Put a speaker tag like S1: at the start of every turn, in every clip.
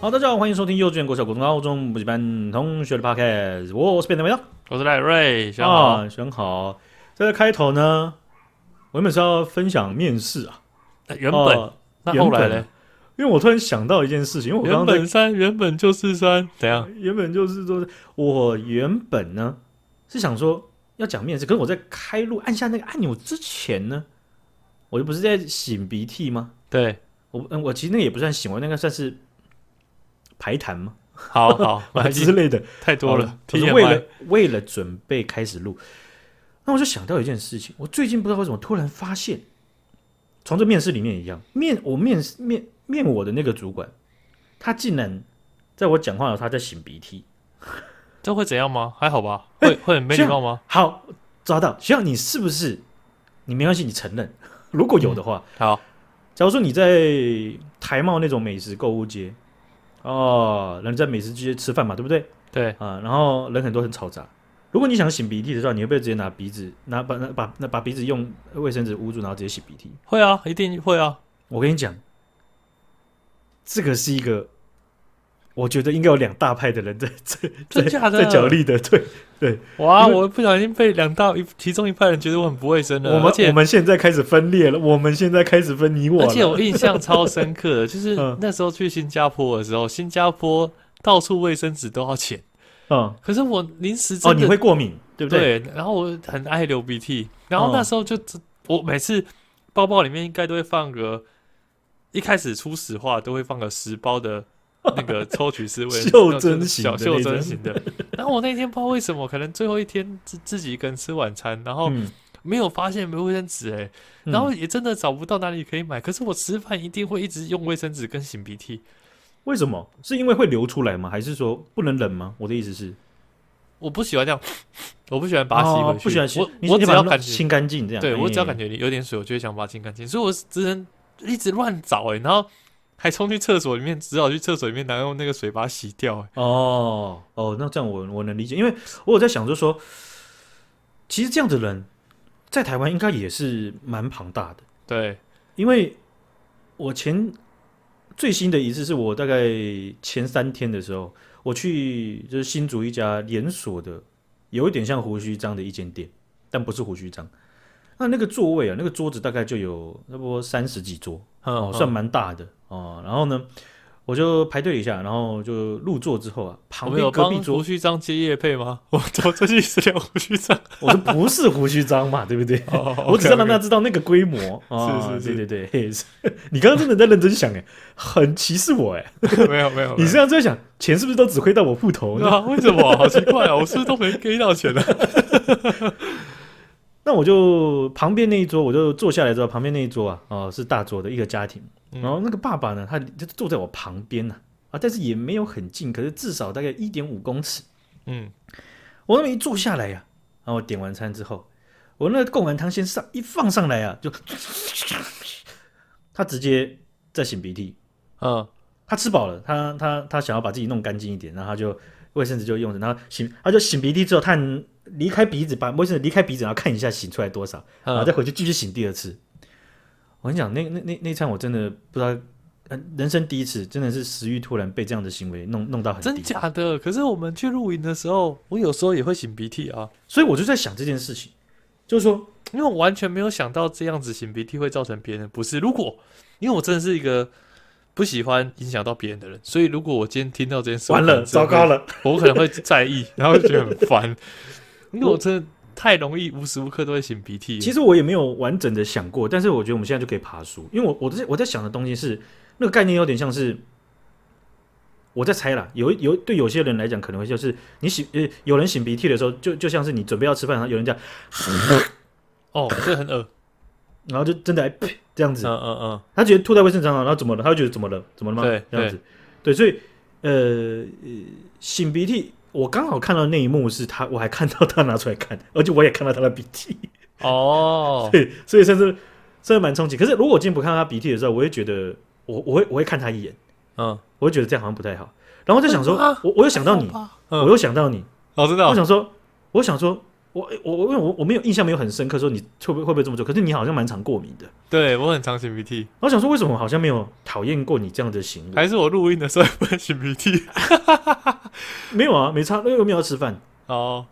S1: 好，大家好，欢迎收听幼稚园、国小、国中、高中补习班同学的 podcast，我是变成伟大
S2: 我是赖瑞，小好。
S1: 啊，选好。在这开头呢，我原本是要分享面试啊，
S2: 哎原本、
S1: 哦
S2: 那后来
S1: 原
S2: 呢？
S1: 因为我突然想到一件事情，因为我
S2: 原
S1: 刚刚
S2: 本
S1: 在
S2: 三，原本就是三，啊怎样？
S1: 原本就是说，我原本呢是想说要讲面试，可是我在开录按下那个按钮之前呢，我就不是在擤鼻涕吗？
S2: 对，
S1: 我嗯，我其实那个也不算擤，我那个算是排痰 吗？
S2: 好 好，没关
S1: 之
S2: 系，
S1: 类的。
S2: 太多
S1: 好
S2: 了。
S1: 我
S2: T
S1: 是
S2: M
S1: 为了为了准备开始录，那我就想到一件事情，我最近不知道为什么突然发现，从这面试里面一样，面我面试面面我的那个主管，他竟然在我讲话的时候他在擤鼻涕。
S2: 这会怎样吗？还好吧？ 会会很没礼貌吗？
S1: 好，抓到，希望你是不是？你没关系，你承认。 如果有的话，
S2: 好，
S1: 假如说你在台贸那种美食购物街，哦，人在美食街吃饭嘛，对不对？
S2: 对，
S1: 啊，然后人很多很嘈杂。如果你想擤鼻涕的时候，你会不会直接拿鼻子拿把那把那把鼻子用卫生纸捂住，然后直接擤鼻涕？
S2: 会啊，一定会啊。
S1: 我跟你讲，这个是一个，我觉得应该有两大派的人在在在
S2: 真假的
S1: 在角力的。对，
S2: 哇，
S1: 因为
S2: 我不小心被两大一其中一派人觉得我很不卫生了，
S1: 我们
S2: 而且
S1: 我们现在开始分裂了，我们现在开始分你我
S2: 而且
S1: 了。
S2: 我印象超深刻的，就是
S1: 嗯
S2: 那时候去新加坡的时候，新加坡到处卫生纸都要钱，
S1: 嗯，
S2: 可是我临时
S1: 哦，
S2: 真
S1: 你
S2: 的
S1: 会过敏，对不对？
S2: 对，然后我很爱流鼻涕，然后那
S1: 哦
S2: 时候就只、我每次包包里面应该都会放个，一开始初始化都会放个十包的那个抽取式卫生 纸
S1: 袖
S2: 那种
S1: 珍
S2: 就是
S1: 型
S2: 小
S1: 的
S2: 袖
S1: 那
S2: 珍
S1: 种
S2: 型的。然后我那天不知道为什么，可能最后一天自自己一个人吃晚餐，然后
S1: 嗯，
S2: 没有发现没卫生纸哎、欸
S1: 嗯
S2: 然后也真的找不到哪里可以买。可是我吃饭一定会一直用卫生纸跟擤鼻涕，
S1: 为什么？是因为会流出来吗？还是说不能冷吗？我的意思
S2: 哦
S1: 是，
S2: 我不喜欢这样，我不喜欢把它吸
S1: 哦
S2: 回去，
S1: 不喜欢洗
S2: 我
S1: 你
S2: 我
S1: 你
S2: 只
S1: 把它
S2: 要
S1: 弄
S2: 感觉
S1: 清干净这样。
S2: 对我只要
S1: 哎
S2: 感觉里有点水，我就会想把它清干净，所以我只能一直乱找哎、欸然后还冲去厕所里面，只好去厕所里面拿用那个水把它洗掉、欸。
S1: 哦哦，那这样我我能理解，因为我有在想，就是说，其实这样的人在台湾应该也是蛮庞大的，
S2: 对，
S1: 因为我前最新的一次是我大概前三天的时候，我去就是新竹一家连锁的，有一点像胡须章的一间店，但不是胡须章。那那个座位啊，那个桌子大概就有差不多三十几桌，
S2: 嗯
S1: 哦，算蛮大的哦。然后呢，我就排队了一下，然后就入座之后啊，
S2: 我
S1: 旁
S2: 们有
S1: 边隔壁
S2: 帮
S1: 桌
S2: 胡，须章接业配吗？ 我我最近一直聊胡须章，
S1: 我说不是胡须章嘛，对不对？
S2: 哦
S1: 我只是让大家
S2: 那
S1: 知道那个规模啊，
S2: 是是
S1: 对对对， 嘿是你刚刚真的在认真想哎，很歧视我哎，
S2: 没有没有，
S1: 你这样在想，钱是不是都只汇到我户头
S2: 没
S1: 呢？
S2: 有 对啊？为什么？好奇怪啊！我是不是都没给到钱呢、啊？
S1: 那我就旁边那一桌，我就坐下来之后，旁边那一桌啊，哦、是大桌的一个家庭，
S2: 嗯
S1: 然后那个爸爸呢，他就坐在我旁边呢、啊，啊，但是也没有很近，可是至少大概一点五公尺。
S2: 嗯，
S1: 我那么一坐下来呀、啊然后我点完餐之后，我那个贡丸汤先上一放上来啊，就 他直接在擤鼻涕。
S2: 嗯，
S1: 他吃饱了，他他他想要把自己弄干净一点，然后他就卫生纸就用着，然后擤他就擤鼻涕之后，他很离开鼻子，把卫生纸离开鼻子，然后看一下擤出来多少，然后
S2: 嗯
S1: 再回去继续擤第二次。我跟你讲，那那那那餐我真的不知道，呃人生第一次真的是食欲突然被这样的行为弄弄到很低。
S2: 真假的？可是我们去露营的时候，我有时候也会擤鼻涕啊，
S1: 所以我就在想这件事情，就是说
S2: 因为我完全没有想到这样子擤鼻涕会造成别人的不适。如果因为我真的是一个不喜欢影响到别人的人，所以如果我今天听到这件事，
S1: 完了，糟糕
S2: 了，
S1: 了，
S2: 我可能会在意，然后就觉得很烦，因为我真的太容易无时无刻都会擤鼻涕了。
S1: 其实我也没有完整的想过，但是我觉得我们现在就可以爬书，因为我我在我在想的东西是那个概念有点像是我在猜啦，有有对有些人来讲可能会就是你擤呃有人擤鼻涕的时候，就就像是你准备要吃饭，然后有人这样，
S2: 哦，这很恶，
S1: 然后就真的还呸这样子，
S2: 嗯嗯
S1: 他觉得吐在卫生纸上，然后怎么了？他会觉得怎么了？怎么了吗？
S2: 对
S1: 这样子，对，所以呃呃擤鼻涕，我刚好看到那一幕是他，我还看到他拿出来看，而且我也看到他的鼻涕。
S2: 嗯，哦，
S1: 对，所以甚至甚至蛮冲击。可是如果我今天不看到他鼻涕的时候，我会觉得我我会我会看他一眼，
S2: 嗯，
S1: 我会觉得这样好像不太好。然后我就想说，
S2: 为什么啊
S1: 我我又想到你，
S2: 好吧
S1: 我
S2: 嗯，
S1: 又想到你，
S2: 哦，真的
S1: 我
S2: 哦，
S1: 想说，我想说，我我我我我没有印象，没有很深刻说你会不会会不会这么做，可是你好像蛮常过敏的。
S2: 对我很常擤鼻涕，
S1: 我想说，为什么我好像没有讨厌过你这样的行为？
S2: 还是我录音的时候也不能擤鼻涕？
S1: 没有啊，没差，因为我没有要吃饭。
S2: 哦，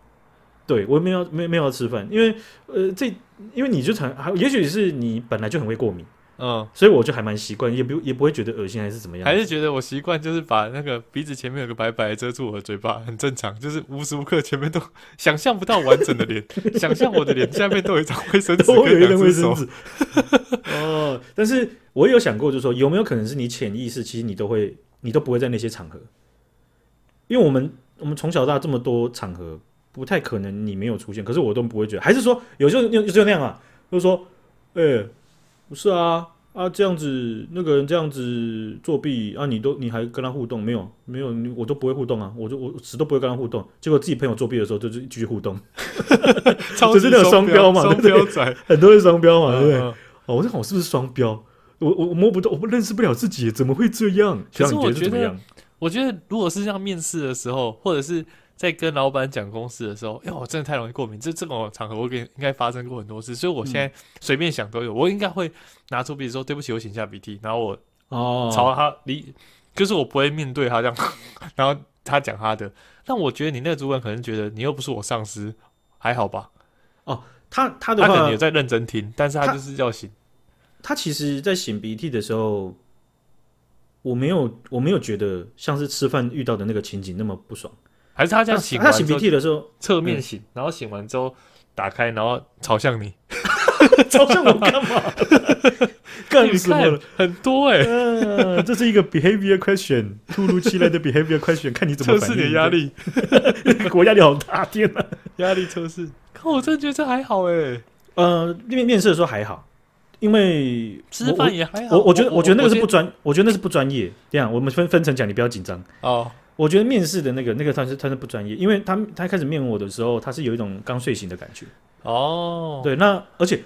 S1: 对我没有没没有要吃饭，因为呃，这因为你就常，还也许是你本来就很会过敏，
S2: 嗯，
S1: 所以我就还蛮习惯，也不也不会觉得恶心还是怎么样。
S2: 还是觉得我习惯就是把那个鼻子前面有个白白的遮住我的嘴巴，很正常， 就是无时无刻前面都想象不到完整的脸， 想象我的脸下面都有一张卫生纸
S1: 都有
S2: 跟
S1: 一根
S2: 两
S1: 卫
S2: 只
S1: 生
S2: 手。
S1: 纸。哦，但是我也有想过，就是说有没有可能是你潜意识，其实你都会，你都不会在那些场合，因为我们我们从小到大这么多场合，不太可能你没有出现，可是我都不会觉得，还是说有时候就就那样啊，就是说，哎、不是啊。啊，这样子，那个人这样子作弊啊，你都你还跟他互动没有？没有，你我都不会互动啊，我就我死都不会跟他互动。结果自己朋友作弊的时候，就是继续互动，
S2: 超
S1: 就是那
S2: 级
S1: 种双标嘛
S2: 双
S1: 对不
S2: 标仔，
S1: 很多人双标嘛，对不对？
S2: 嗯嗯
S1: 哦，我在想我是不是双标？我我我摸不到，我不认识不了自己，怎么会这样？
S2: 可是
S1: 学长你
S2: 我
S1: 觉
S2: 觉
S1: 怎么
S2: 得
S1: 样？
S2: 我觉得如果是像面试的时候，或者是在跟老板讲公司的时候，哎、我真的太容易过敏，这这种场合我跟应该发生过很多次，所以我现
S1: 嗯
S2: 在随便想都有，我应该会拿出鼻子说对不起，我擤一下鼻涕，然后我
S1: 哦
S2: 朝他离，就是我不会面对他这样， 然后他讲他的，但我觉得你那个主管可能觉得你又不是我上司，还好吧，
S1: 他他的
S2: 他可
S1: 话
S2: 能有，在认真听，但是他
S1: 他
S2: 就是要擤，
S1: 他其实在擤鼻涕的时候，我没有我没有觉得像是吃饭遇到的那个情景那么不爽。
S2: 还是他这
S1: 他
S2: 样擤
S1: 他
S2: 完
S1: 擤
S2: 之
S1: 鼻
S2: 后
S1: 涕的时候，
S2: 侧面擤，然后擤完之后打开，然后朝向你，
S1: 朝向我干嘛？干
S2: 你
S1: 什么
S2: 看
S1: 了？
S2: 很多哎、
S1: 呃，这是一个 behavior question，突如其来 的 behavior question，看你怎么
S2: 测
S1: 反
S2: 试
S1: 应。
S2: 你的 压，力，
S1: 我压力好大，天哪！
S2: 压力测试。可我真的觉得这还好哎、
S1: 呃，面面试的时候还好，因为
S2: 吃
S1: 我我
S2: 饭也还好。
S1: 我我觉得我觉得那个是不
S2: 哎我
S1: 专，我觉得那是不专业。这样，我们分分层讲，你不要紧张。
S2: 哦，
S1: 我觉得面试的那个那个他是他是不专业，因为他他开始面我的时候，他是有一种刚睡醒的感觉。
S2: 哦，
S1: 对，那而且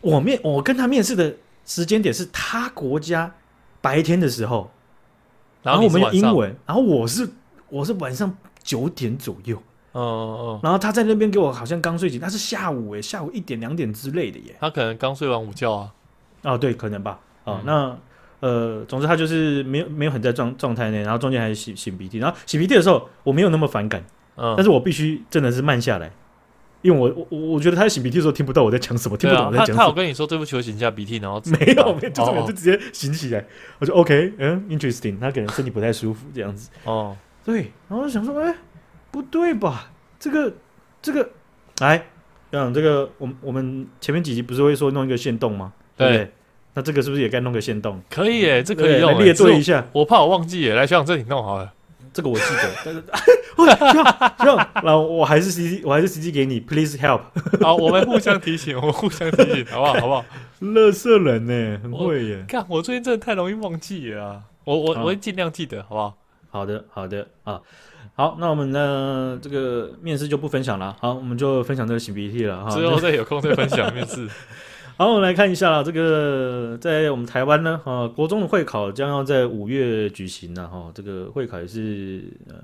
S1: 我面我跟他面试的时间点是他国家白天的时候，
S2: 然后
S1: 我
S2: 你是
S1: 们有
S2: 晚上
S1: 英，文，然后我是我是晚上九点左右，
S2: 嗯嗯嗯，
S1: 然后他在那边给我好像刚睡醒，他是下午诶、下午一点两点之类的耶。
S2: 他可能刚睡完午觉啊。
S1: 哦，对，可能吧。哦，
S2: 嗯
S1: 那呃，总之他就是没有没有很在状状态内，然后中间还擤擤鼻涕，然后擤鼻涕的时候我没有那么反感，
S2: 嗯，
S1: 但是我必须真的是慢下来，因为我我我我觉得他在擤鼻涕的时候听不到我在讲什么，听
S2: 对
S1: 不懂
S2: 啊
S1: 我，在
S2: 他
S1: 讲
S2: 他
S1: 什
S2: 有
S1: 么。
S2: 跟你说对不起，我擤一下鼻涕，然后
S1: 没有，没有，就是我就
S2: 哦
S1: 直接擤起来，我就 OK，嗯，interesting，他可能身体不太舒服这样子。
S2: 哦，
S1: 对，然后想说，哎，不对吧？这个这个，哎，嗯，这个我们我们前面几集不是会说弄一个线洞吗？对不
S2: 对，
S1: 对，那这个是不是也该弄个线洞？
S2: 可以耶，这可
S1: 对
S2: 以用
S1: 来
S2: 耶。
S1: 列队一
S2: 这
S1: 下，
S2: 我我怕我忘记耶，来学长这里弄好 了。
S1: 哎这个我记得。但是 我这样，然后我还是 C G，我还是 C G 给你，Please help。
S2: 好，我们互相提醒，我们互相提醒，好不好？好不好？
S1: 乐色人呢，很
S2: 我
S1: 会耶。
S2: 看我最近真的太容易忘记了啊，我我
S1: 好
S2: 我会尽量记得，好不好？
S1: 好的，好的啊，好，那我们呢这个面试就不分享了，好，我们就分享这个擤鼻涕了哈。
S2: 之后再有空再分享面试。
S1: 好，我们来看一下啦这个在我们台湾呢，啊，国中的会考将要在五月举行了哈、这个会考也是呃，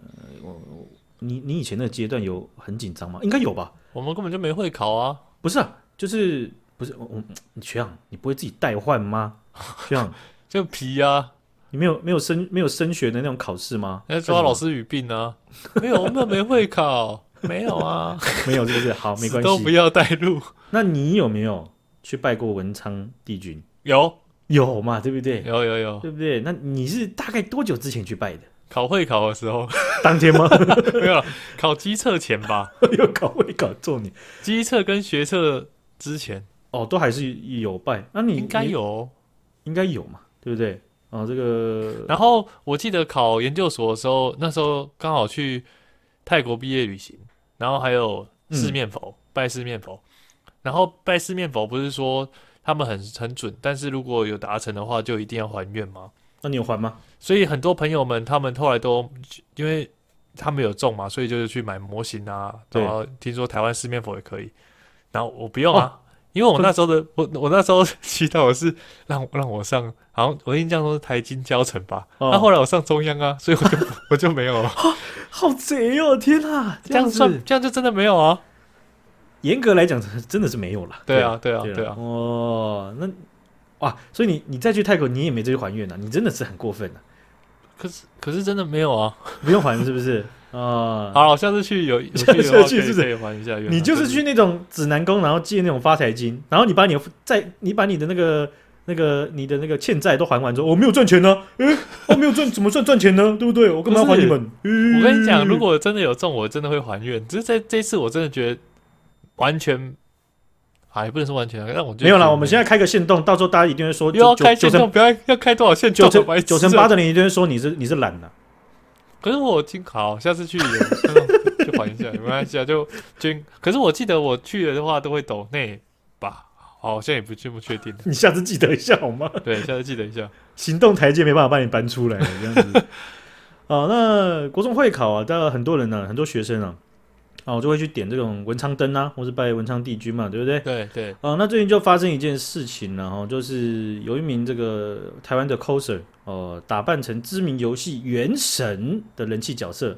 S1: 我我你你以前的阶段有很紧张吗？应该有吧？
S2: 我们根本就没会考啊，
S1: 不是啊，就是不是我我你学长，你不会自己代换吗？ 学长，
S2: 就皮啊，
S1: 你没有没有升没有升学的那种考试吗？
S2: 要抓哎老师语病啊。没有，我们没会 考，没有啊，
S1: 没有，是不是？好，没关
S2: 死都不
S1: 系。
S2: 要带路。
S1: 那你有没有去拜过文昌帝君？
S2: 有
S1: 有嘛，对不对？
S2: 有有有，
S1: 对不对？那你是大概多久之前去拜的？
S2: 考会考的时候
S1: 当天吗？
S2: 没有了，考机测前吧，
S1: 有搞会搞重点
S2: 机测跟学测之前
S1: 哦，都还是有拜。那你
S2: 应该，
S1: 你
S2: 有哦。
S1: 应该有嘛，对不对？啊，这个
S2: 然后我记得考研究所的时候，那时候刚好去泰国毕业旅行，然后还有四面
S1: 嗯
S2: 佛、拜四面佛，然后拜四面佛不是说他们很很准，但是如果有达成的话，就一定要还愿吗？
S1: 那你有还吗？
S2: 所以很多朋友们他们后来都因为他们有中嘛，所以就是去买模型啊，
S1: 对
S2: 然后听说台湾四面佛也可以，然后我不用
S1: 哦
S2: 啊，因为我那时候的我我那时候祈祷的是让让我上，好像我印象中是台金教程吧，那、
S1: 哦
S2: 后来我上中央啊，所以我就 我就没有了，
S1: 好贼哦！天哪，
S2: 这样
S1: 子
S2: 算这样就真的没有啊，
S1: 严格来讲，真的是没有了。
S2: 对啊，对啊，
S1: 对
S2: 对啊，
S1: 哦，那哇，所以你你再去泰国，你也没这去还愿呐、你真的是很过分呐、啊
S2: 可是可是真的没有啊。
S1: 不用还是不是？ 啊、
S2: 好，我下次去有有
S1: 下次
S2: 去的话
S1: 去
S2: 可以
S1: 是不是
S2: 可以还一下愿啊。
S1: 你就是去那种指南宫，然后借那种发财金，然后你把你的债，你把你的那个那个你的那个欠债都还完之后，哦我没有赚钱呢、诶，我没有赚，怎么算赚钱呢？对不对？我干嘛要还你们？
S2: 我
S1: 我
S2: 跟你讲，如果真的有中，我真的会还愿。只是在这次，我真的觉得完全，啊，也不能说完全啊，但我觉得
S1: 没有啦，
S2: 就
S1: 我们现在开个线动，到时候大家一定会说
S2: 又要
S1: 九
S2: 开
S1: 九
S2: 线
S1: 成
S2: 动，不要要开多少线
S1: 九
S2: 动，白
S1: 成
S2: 痴
S1: 九
S2: 啊
S1: 成八。的人一定会说你是你是懒啊呐、
S2: 可是我听好，下次去有就还一下，没关系啊，就捐。可是我记得我去了的话，都会抖内吧，好像也不确不确定。
S1: 你下次记得一下好吗？
S2: 对，下次记得一下。
S1: 行动台阶没办法帮你搬出来了，这样子。哦，那国中会考啊，当然很多人呢、很多学生啊，啊、我就会去点这种文昌灯啊，或是拜文昌帝君嘛，对不对？
S2: 对对，
S1: 啊、那最近就发生一件事情了哈，就是有一名这个台湾的 coser，呃，打扮成知名游戏《原神》的人气角色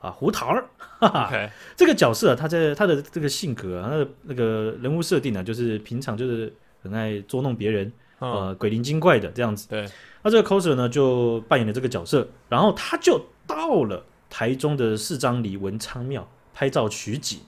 S1: 啊，胡桃儿，哈哈
S2: OK，
S1: 这个角色、啊、他在他的这个性格啊，他的那个人物设定啊，就是平常就是很爱捉弄别人，
S2: 嗯，
S1: 呃，鬼灵精怪的这样子。
S2: 对，
S1: 那这个 coser 呢，就扮演了这个角色，然后他就到了台中的四张里文昌庙拍照取景。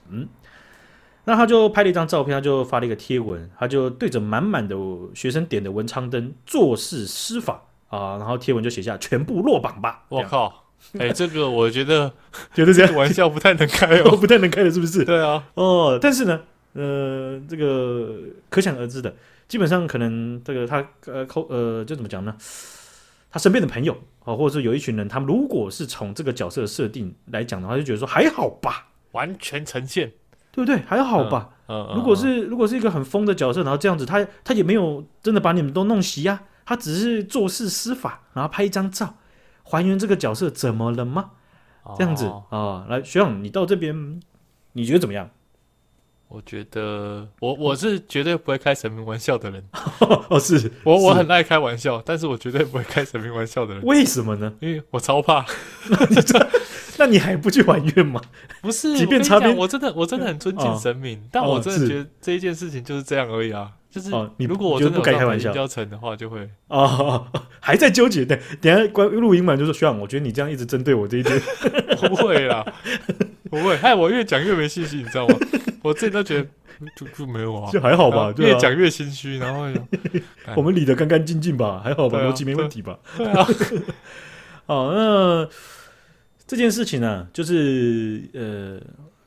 S1: 那他就拍了一张照片，他就发了一个贴文，他就对着满满的学生点的文昌灯做事施法啊、然后贴文就写下全部落榜吧。
S2: 我靠，哎，这个我觉得
S1: 这样，觉得这
S2: 这
S1: 样
S2: 个玩笑不太能开
S1: 我
S2: 哦。
S1: 不太能开了，是不是？
S2: 对啊，
S1: 哦，但是呢，呃，这个可想而知的，基本上可能这个他呃扣呃就怎么讲呢？他身边的朋友啊、哦，或者是有一群人，他们如果是从这个角色的设定来讲的话，就觉得说还好吧，
S2: 完全呈现。
S1: 对不对？还好吧。
S2: 嗯，嗯
S1: 如果
S2: 嗯
S1: 是如果是一个很疯的角色，然后这样子，他他也没有真的把你们都弄席啊，他只是做事施法，然后拍一张照，还原这个角色，怎么了吗？这样子啊、
S2: 哦
S1: 哦来，学长，你到这边，你觉得怎么样？
S2: 我觉得我我是绝对不会开神明玩笑的人，
S1: 哦，是
S2: 我我
S1: 是
S2: 很爱开玩笑，但是我绝对不会开神明玩笑的人，
S1: 为什么呢？
S2: 因为我超怕。
S1: 那你还不去还愿 吗？
S2: 不 是，
S1: 即
S2: 我跟
S1: 便嗯
S2: 你
S1: 擦
S2: 讲，
S1: 边
S2: 我真的我真的很尊敬神明，但我真的觉得这一件事情就是这样而已啊，就是
S1: 哦你
S2: 如果我
S1: 你觉
S2: 真
S1: 得
S2: 的
S1: 不该开玩笑
S2: 交成的话，就会
S1: 哦哦，哦还在纠结。等等一下关录音完就说学长，我觉得你这样一直针对我这一点，
S2: 不会啦， 不会，害我越讲越没信心，你知道吗？我自己都觉得就就没有啊，
S1: 就还好
S2: 然
S1: 吧
S2: 后？
S1: 对
S2: 越
S1: 啊，
S2: 讲越心虚，然后会
S1: 我们理得干干净净吧，还好吧，
S2: 对啊
S1: 逻辑没问题吧？
S2: 对 啊，
S1: 哦，那这件事情呢、啊就是呃，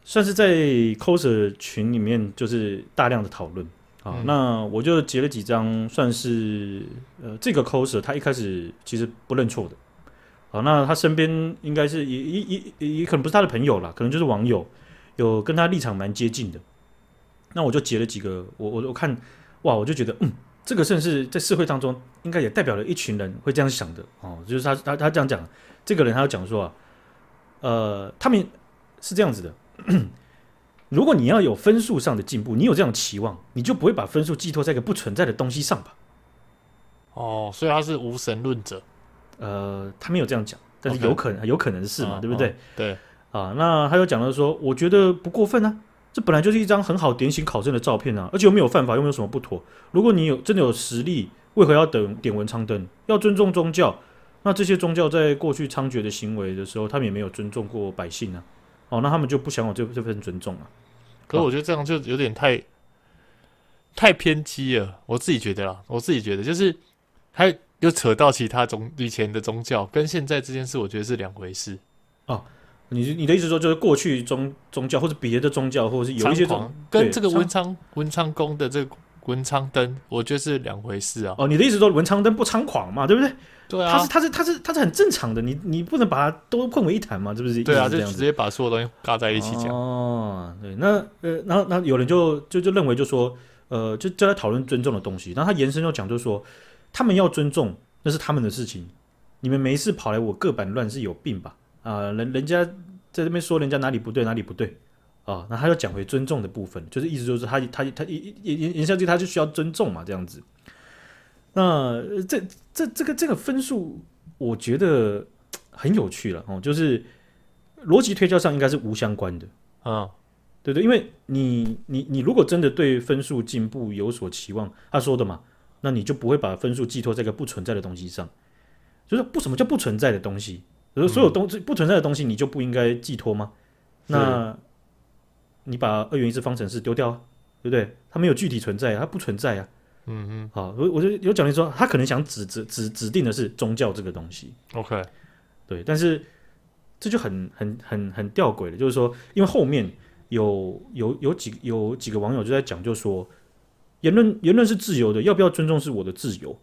S1: 算是在 coser 群里面就是大量的讨论。啊、
S2: 嗯
S1: 那我就截了几张，算是呃，这个 coser 他一开始其实不认错的。好，那他身边应该是也也也也可能不是他的朋友啦，可能就是网友，有跟他立场蛮接近的。那我就截了几个，我我我看，哇，我就觉得，嗯，这个甚至在社会当中，应该也代表了一群人会这样想的哦。就是他他他这样讲，这个人他要讲说啊，呃，他们是这样子的，如果你要有分数上的进步，你有这样的期望，你就不会把分数寄托在一个不存在的东西上吧？
S2: 哦，所以他是无神论者，
S1: 呃，他没有这样讲，但是
S2: OK
S1: 有可能有可能是嘛，
S2: 嗯
S1: 对不对？？
S2: 对，
S1: 啊，那他又讲了说，我觉得不过分啊，这本来就是一张很好点醒考生的照片啊，而且又没有犯法，又没有什么不妥。如果你有真的有实力，为何要等点文昌灯？要尊重宗教，那这些宗教在过去猖獗的行为的时候，他们也没有尊重过百姓啊，哦，那他们就不享有这这份尊重啊。
S2: 可是我觉得这样就有点太太偏激了，我自己觉得啦，我自己觉得就是还又扯到其他宗以前的宗教跟现在这件事，我觉得是两回事。
S1: 你你的意思说，就是过去宗宗教或者别的宗教，或者是有一些
S2: 猖
S1: 宗
S2: 狂跟
S1: 对
S2: 这个
S1: 猖
S2: 文昌文昌宫的这个文昌灯，我觉得是两回事啊。
S1: 哦，你的意思说文昌灯不猖狂嘛，对不对？
S2: 对
S1: 它
S2: 啊
S1: 是，它是它是它是很正常的，你你不能把它都混为一谈嘛，是不是？
S2: 对啊，
S1: 意思
S2: 就是
S1: 这样
S2: 直
S1: 子
S2: 接把所有东西嘎在一起讲。
S1: 哦，对，那呃，然后那有人就就就认为就说，呃，就就在讨论尊重的东西，然后他延伸又讲，就说他们要尊重那是他们的事情，你们没事跑来我个板乱是有病吧？啊、人人家在这边说人家哪里不对哪里不对啊，那他又讲回尊重的部分，就是意思就是他他他言言言言下去他就需要尊重嘛，这样子。那呃这这这个这个分数，我觉得很有趣了哦，就是逻辑推敲上应该是无相关的。
S2: 嗯，
S1: 对不对？因为你你你如果真的对分数进步有所期望，他说的嘛，那你就不会把分数寄托在一个不存在的东西上。就是不什么叫不存在的东西？就是所有东西、不存在的东西，你就不应该寄托吗？那你把二元一次方程式丢掉、啊，对不对？它没有具体存在、啊，它不存在啊。
S2: 嗯
S1: 好，我我就有讲的说，他可能想指指指指定的是宗教这个东西，
S2: 哼，OK，
S1: 对，但是这就很很很很吊诡了，就是说，因为后面有有有几有几个网友就在讲，就说言论言论是自由的，要不要尊重是我的自由。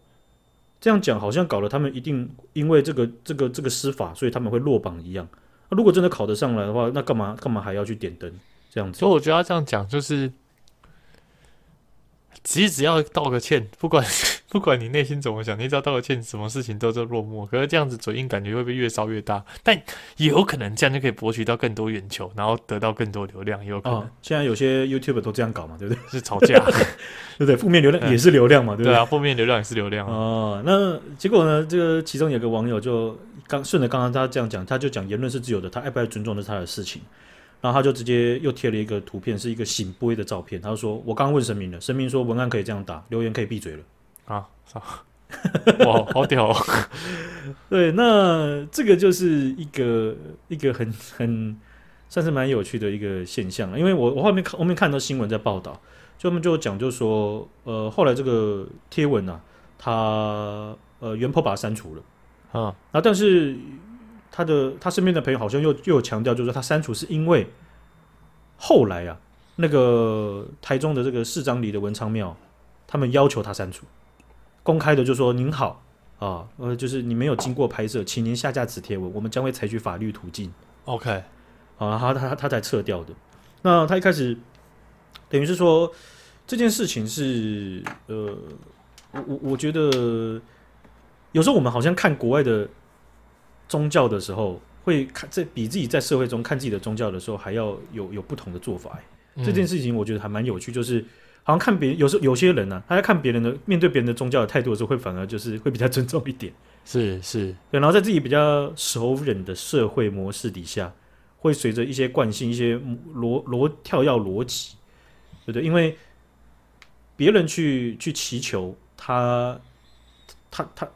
S1: 这样讲好像搞了他们一定因为这个这个这个司法，所以他们会落榜一样。那如果真的考得上来的话，那干嘛干嘛还要去点灯这样子？
S2: 所以我觉得他这样讲就是，其实只要道个歉，不管不管你内心怎么想，你只要道个歉，什么事情都是落幕。可是这样子嘴硬，感觉会不会越烧越大？但也有可能这样就可以博取到更多眼球，然后得到更多流量，也有可
S1: 啊、
S2: 能
S1: 现在有些 YouTube 都这样搞嘛，对不对？
S2: 是吵架。
S1: 对不对？负面流量
S2: 嗯
S1: 也是流量嘛，对不
S2: 对啊，负面流量也是流量啊。
S1: 哦，那结果呢？这个其中有个网友就刚顺着刚刚他这样讲，他就讲言论是自由的，他爱不爱尊重那是他的事情。然后他就直接又贴了一个图片，是一个醒杯的照片。他就说：“我刚刚问神明了，神明说文案可以这样打，留言可以闭嘴了。
S2: 啊，操！哇，好屌、哦！”
S1: 对，那这个就是一个一个很 很算是蛮有趣的一个现象了。因为我我后面看后面看到新闻在报道，就他们就讲就说，呃，后来这个贴文啊，他呃原 po 把它删除了。
S2: 嗯，
S1: 然后但是他的他身边的朋友好像又又有强调，就是说他删除是因为后来啊，那个台中的这个市长里的文昌庙，他们要求他删除，公开的就说您好啊，呃，就是你没有经过拍摄，请您下架此贴文，我们将会采取法律途径
S2: OK，
S1: 啊，他他他才撤掉的。那他一开始等于是说这件事情是呃，我我我觉得有时候我们好像看国外的宗教的时候，会看这比自己在社会中看自己的宗教的时候还要有有不同的做法、欸。这件
S2: 事，
S1: 事情我觉得还蛮有趣，就是好像看别人有时候有些人呢、啊他在看别人的面对别人的宗教的态度的时候，会反而就是会比较尊重一点。
S2: 是是，
S1: 对，然后在自己比较熟稔的社会模式底下，会随着一些惯性、一些逻逻跳跃逻辑，对不对？因为别人去去祈求他，他他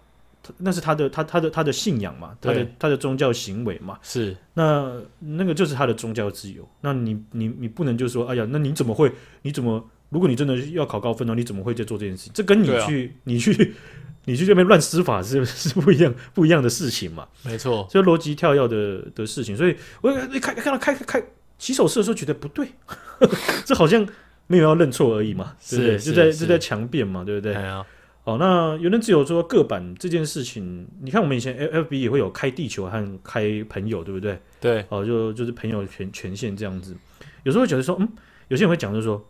S1: 他，那是他的他他的他的信仰嘛，他的
S2: 对
S1: 他的宗教行为嘛，
S2: 是
S1: 那那个就是他的宗教自由。那你你你不能就说，哎呀，那你怎么会？你怎么？如果你真的要考高分呢，你怎么会在做这件事情？这跟你
S2: 对啊
S1: 去、你去 你去这边乱施法是是不一样不一样的事情嘛。
S2: 没错，
S1: 所以逻辑跳跃的的事情，所以我一开看到开开开起手式的时候觉得不对， 这好像没有要认错而已嘛，对不对？
S2: 是
S1: 就在
S2: 是
S1: 就在强辩嘛，对不对？
S2: 哎呀，
S1: 哦，那言论自由说个版这件事情，你看我们以前 F F B 也会有开地球和开朋友，对不对？
S2: 对，
S1: 哦，就就是朋友权权限这样子，有时候会觉得说，嗯，有些人会讲就是说，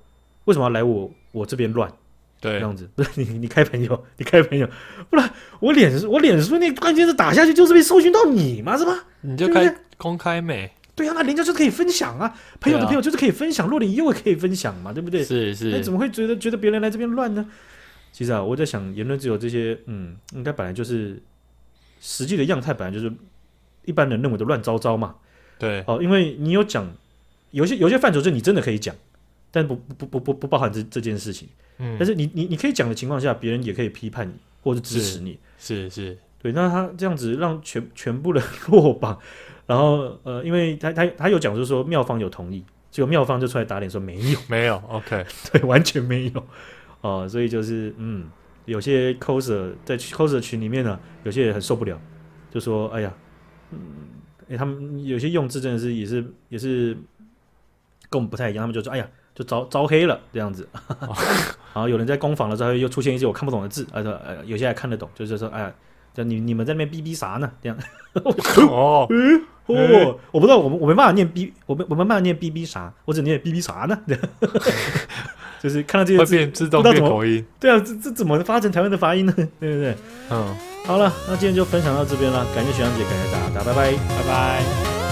S1: 为什么要来我我这边乱？这
S2: 对，
S1: 样子，不 是你你开朋友，你开朋友，不然我脸书我脸书那关键字打下去就是被搜寻到你嘛，是吗？
S2: 你就
S1: 对不
S2: 开
S1: 对
S2: 公开美，
S1: 对啊，那人家就是可以分享啊，朋友的
S2: 对啊
S1: 朋友就是可以分享，若你又可以分享嘛，对不对？
S2: 是
S1: 那怎
S2: 是，
S1: 么会觉得觉得别人来这边乱呢？其实啊，我在想，言论自由这些，嗯，应该本来就是实际的样态，本来就是一般人认为的乱糟糟嘛。
S2: 对，
S1: 哦，因为你有讲，有些有些范畴是你真的可以讲，但不不不不不包含这这件事情。
S2: 嗯
S1: 但，是你你你可以讲的情况下，别人也可以批判你或者支持你。
S2: 是是，
S1: 对，那他这样子让全全部的 落榜，然后呃，因为他他他有讲就是说妙方有同意，结果妙方就出来打脸说没有，
S2: 没有 OK，
S1: 对，完全没有，哦、所以就是嗯，有些 coser 在 coser 群里面呢、有些人很受不了，就说哎呀，嗯，诶他们有些用字真的是也是也是跟我们不太一样，他们就说哎呀。就招招黑了这样子， 然后有人在攻防的时候又出现一些我看不懂的字，呃呃，有些还看得懂，就是说，哎呀，就你你们在那边逼逼啥呢？这样，
S2: 哦，
S1: 哦，
S2: 欸
S1: 我不知道，我们我没办法念 b，我们我们办法念 b b 啥，我只念 b b 啥呢？ 就是看到这些
S2: 会
S1: 字，
S2: 变自动
S1: 不知道
S2: 变
S1: 怎么
S2: 口音，
S1: 对啊，这这怎么发成台湾的发音呢？对不对？
S2: 嗯，
S1: 好了，那今天就分享到这边了，感谢学长姐，感谢大家，大家拜拜。
S2: 拜拜。